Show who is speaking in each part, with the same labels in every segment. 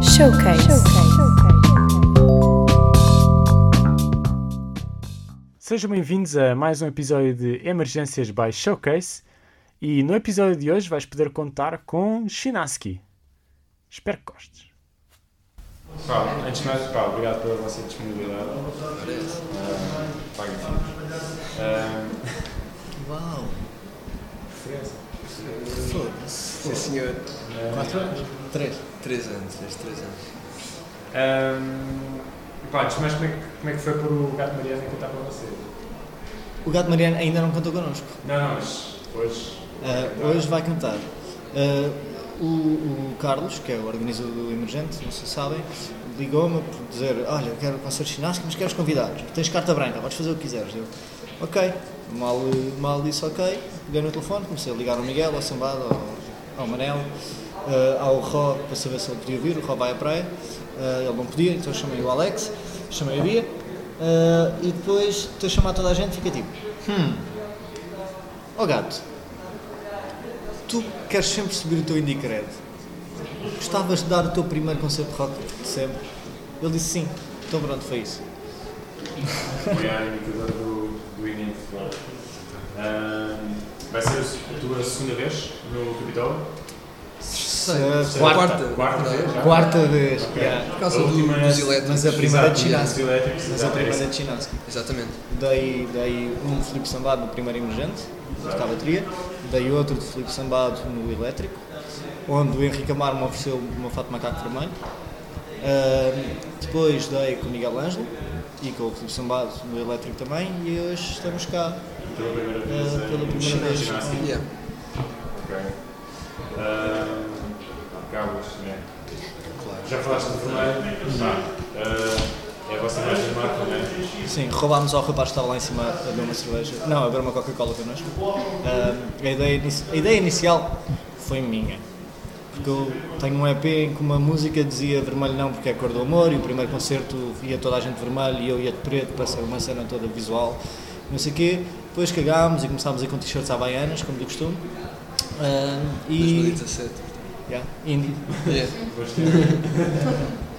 Speaker 1: Showcase.
Speaker 2: Sejam bem-vindos a mais um episódio de Emergências by Showcase e no episódio de hoje vais poder contar com Shinaski. Espero que gostes.
Speaker 3: Pá, antes de mais, pá, obrigado pela vossa disponibilidade. Ah, Pá, enfim. Ah,
Speaker 4: Uau! Foda-se. Sim, senhor. Quatro anos? Três. Três anos, desde três anos.
Speaker 3: ah, Pá, antes de mais, como é, que- como é que foi por o Gato Mariano contar para vocês?
Speaker 4: O Gato Mariano ainda não contou connosco.
Speaker 3: Não, não, mas hoje.
Speaker 4: Ah, hoje vai cantar. Ah, o, o Carlos, que é o organizador do Emergente, não sei se sabem, ligou-me por dizer: Olha, eu quero concertos ginásticos, mas quero os convidados. Tens carta branca, podes fazer o que quiseres. Eu, ok. Mal, mal disse ok, peguei no telefone, comecei a ligar ao Miguel, ao Sambado, ao, ao Manel, ah, ao Ró, para saber se ele podia vir. O Ró vai à praia, Ah, ele não podia, então chamei o Alex, chamei a Bia, ah, e depois, de chamar toda a gente, fica tipo: Hum, ó gato, tu queres sempre subir o teu Indicred. Gostavas de dar o teu primeiro concerto de rock de sempre? Ele disse sim. Então pronto, foi isso.
Speaker 3: Foi a imitadora do, do Inem Futebol. Ah, vai ser a tua segunda vez no Capitólio?
Speaker 4: Se-
Speaker 3: Quarta. Quarta vez já?
Speaker 4: Quarta vez.
Speaker 3: Ok.
Speaker 4: yeah.
Speaker 5: Por causa
Speaker 3: A
Speaker 5: do-
Speaker 3: última-
Speaker 5: dos elétricos.
Speaker 4: Mas a primeira de
Speaker 3: Exato, dos
Speaker 4: Chinaski.
Speaker 3: elétricos,
Speaker 4: Mas a
Speaker 3: exato, é isso.
Speaker 4: primeira de Chinaski.
Speaker 5: Exatamente.
Speaker 4: Dei, dei um de Filipe Sambado no primeiro emergente, que está a bateria. Dei outro de Filipe Sambado no elétrico, onde o Henrique Amaro me ofereceu uma fato de macaco vermelho. Ahm, depois dei com o Miguel Ângelo e com o Filipe Sambado no elétrico também. E hoje estamos cá
Speaker 3: Pela primeira
Speaker 4: ah,
Speaker 3: vez. eh, em
Speaker 4: pela primeira
Speaker 3: China,
Speaker 4: vez.
Speaker 3: Chinaski.
Speaker 5: Yeah.
Speaker 3: Ok. Ah, Ahm, Gabos, né? Claro. Já falaste do primeiro? Pá, ah, é a vossa mais marca, né?
Speaker 4: Sim, roubámos ao rapaz que estava lá em cima a beber uma cerveja. Não, a beber uma Coca-Cola connosco. Ah, a, ideia, inici- a ideia inicial foi minha. Porque eu tenho um EP em que uma música dizia vermelho não porque é cor do amor e o primeiro concerto ia toda a gente vermelho e eu ia de preto para ser uma cena toda visual, não sei o quê. Depois cagámos e começámos a ir com t-shirts havaianas, como de costume. Ah, e,
Speaker 5: 2017.
Speaker 4: yeah, indie.
Speaker 5: Yeah.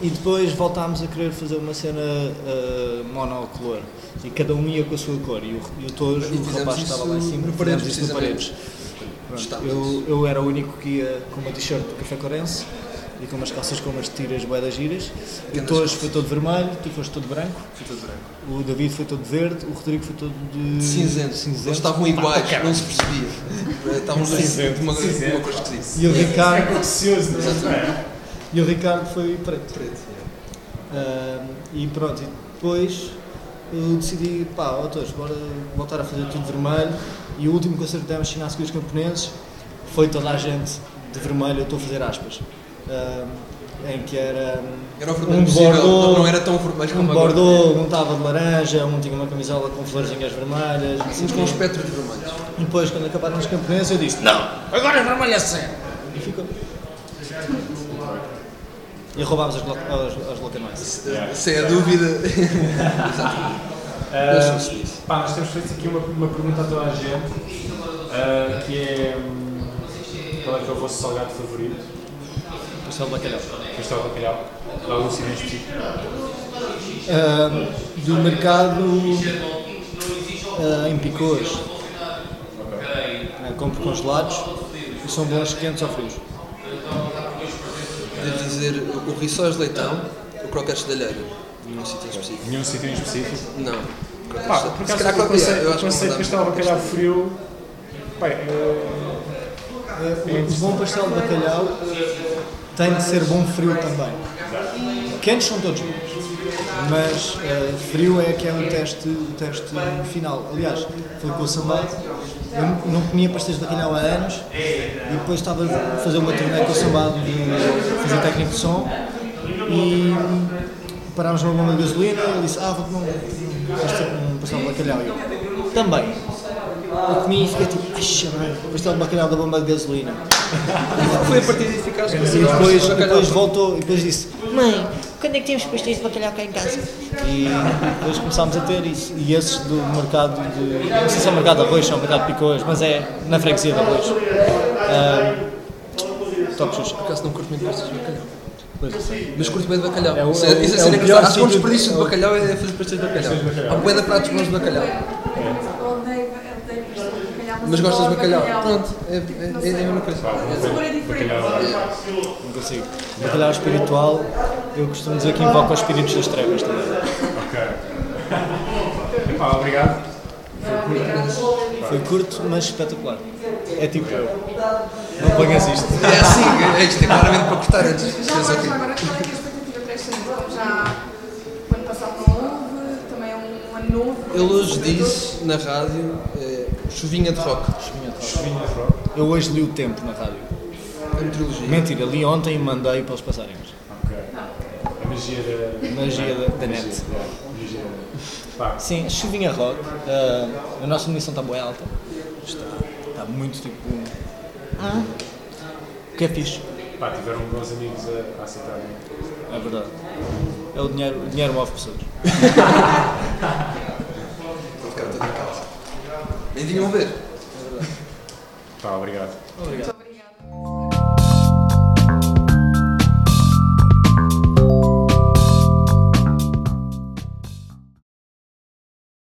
Speaker 4: E depois voltámos a querer fazer uma cena ah, monocolor. E cada um ia com a sua cor. E o, e o Tojo,
Speaker 5: E
Speaker 4: o
Speaker 5: fizemos
Speaker 4: rapaz que estava lá em
Speaker 5: isso
Speaker 4: cima,
Speaker 5: no
Speaker 4: fizemos
Speaker 5: Paredes,
Speaker 4: isso no
Speaker 5: precisamente.
Speaker 4: Paredes. Pronto,
Speaker 5: Gostávamos
Speaker 4: eu,
Speaker 5: disso.
Speaker 4: eu era o único que ia com uma t-shirt do Café Corense e com umas calças com umas tiras boedas giras. O
Speaker 5: Grandes
Speaker 4: Tojo
Speaker 5: calças.
Speaker 4: foi todo vermelho, tu foste todo branco,
Speaker 5: Fita de branco.
Speaker 4: o David foi todo verde, o Rodrigo foi todo de
Speaker 5: Cinzento.
Speaker 4: cinzento.
Speaker 5: Eles estavam iguais, não se percebia. Eh, Estavam
Speaker 3: Cinzento.
Speaker 5: de uma, de
Speaker 3: Cinzento.
Speaker 5: uma cor esquisita.
Speaker 4: E o Ricardo,
Speaker 3: É Precioso, não
Speaker 5: Exatamente.
Speaker 4: e o Ricardo foi preto.
Speaker 5: Preto.
Speaker 4: Ah, e pronto, e depois eu decidi, pá, autores, bora voltar a fazer tudo vermelho. E o último concerto que demos Chinaski e os Camponeses foi toda a gente de vermelho, eu estou a fazer aspas. Ah, em que era
Speaker 5: Era o vermelho
Speaker 4: um de
Speaker 5: possível,
Speaker 4: Bordeaux,
Speaker 5: não era tão vermelho
Speaker 4: um
Speaker 5: como
Speaker 4: de
Speaker 5: agora.
Speaker 4: Bordeaux, um estava de laranja, um tinha uma camisola com florzinhas vermelhas. não sei
Speaker 5: Uns
Speaker 4: o
Speaker 5: com um
Speaker 4: quê.
Speaker 5: espectro de vermelhos.
Speaker 4: E depois, quando acabaram os camponeses, eu disse: Não, agora é vermelho a sério. E ficou. E roubámos as, lo- as, as Locanoises.
Speaker 5: Se-
Speaker 3: Yeah. Um
Speaker 5: Se é a dúvida. Exatamente. Deixam-se disso.
Speaker 3: Pá, nós temos feito aqui uma, uma pergunta a toda a gente, ah, que é hum, qual é que é o vosso salgado favorito?
Speaker 4: Marcelo Bacalhau.
Speaker 3: Castelo Bacalhau? Há algum sítio em específico?
Speaker 4: Ahm, ah, do mercado ah, em picôs. Ah, compro congelados e são bons quentes ou frios.
Speaker 5: Devo dizer o rissóis de leitão, o croquete de alheira. Num sítio em específico.
Speaker 3: Nenhum sítio em específico?
Speaker 5: Não. Croquetes
Speaker 3: Pá,
Speaker 5: de-
Speaker 3: por
Speaker 5: se calhar
Speaker 3: acaso o
Speaker 5: croquetes de
Speaker 3: conceito
Speaker 5: alheira,
Speaker 3: o
Speaker 5: eu acho que
Speaker 3: conceito de
Speaker 5: não
Speaker 3: Castelo
Speaker 5: dá muito.
Speaker 3: Bacalhau frio, bem, é-
Speaker 4: É, o bom pastel de bacalhau tem de ser bom frio também. Quentes são todos bons, mas ah, frio é que é o teste, o teste final. Aliás, foi com o Sambado, eu não- não comia pastéis de bacalhau há anos e depois estava a fazer uma turnê com o Sambado de fazer técnico de som e parámos numa bomba de gasolina e ele disse, ah, vou comer um pastel- um pastel de bacalhau. E eu, também. Eu comi e fiquei tipo, ai chamei, pastel de bacalhau da bomba de gasolina.
Speaker 5: Foi a partir daí que ficaste com
Speaker 4: E
Speaker 5: esse gosto
Speaker 4: assim, depois,
Speaker 5: de bacalhau.
Speaker 4: depois voltou e depois disse,
Speaker 6: Mãe, quando é que temos pastéis de bacalhau cá em casa?
Speaker 4: e depois começámos a ter isso. E esses do mercado de. Não sei se é o mercado de arroz, se é o mercado de picôs, mas é na freguesia de arroz. Ah, top Xuxa.
Speaker 5: Por acaso não curto muito pastas tipo de bacalhau. Mas curto bem de bacalhau.
Speaker 1: É o-
Speaker 5: isso
Speaker 1: é o-
Speaker 5: é, isso é,
Speaker 1: é o
Speaker 5: cena
Speaker 1: pior
Speaker 5: engraçada. Acho que um
Speaker 1: sítio-
Speaker 5: desperdício de
Speaker 1: é o-
Speaker 5: bacalhau é fazer pastéis de bacalhau. Há bué de pratos bons de bacalhau. Mas gostas de bacalhau. Pronto, é, é, é a mesma coisa.
Speaker 3: O
Speaker 5: É-
Speaker 3: sabor é diferente.
Speaker 4: Não consigo. Bacalhau espiritual, eu costumo dizer que invoca os espíritos das trevas também.
Speaker 3: Ok. Epá, obrigado.
Speaker 4: Foi curto, mas espetacular. É tipo eu. Não ponhas isto.
Speaker 5: É assim, é isto, é claramente para cortar antes.
Speaker 7: Já
Speaker 5: Fez
Speaker 7: agora,
Speaker 5: aqui.
Speaker 7: já agora, qual é que é a expectativa para esta edição? Já o ano passado não houve, também é um ano novo.
Speaker 5: Ele hoje disse na rádio eh, chuvinha de rock.
Speaker 3: é
Speaker 4: Eu hoje li o tempo na rádio.
Speaker 5: É uma trilogia.
Speaker 4: Mentira, li ontem e mandei para eles passarem. hoje.
Speaker 3: Ok. A magia da.
Speaker 4: Magia da, da net.
Speaker 3: Magia da. Pá,
Speaker 4: Sim, chuvinha rock. ah, a nossa munição está boa alta. Está, está muito tipo. Ah, o que é fixe?
Speaker 3: pá, tiveram bons amigos a, a aceitar. né?
Speaker 4: É verdade. É o dinheiro, o dinheiro move pessoas.
Speaker 5: Vou ficar toda em casa. E vinham ver.
Speaker 3: Pá, obrigado.
Speaker 7: Muito obrigado.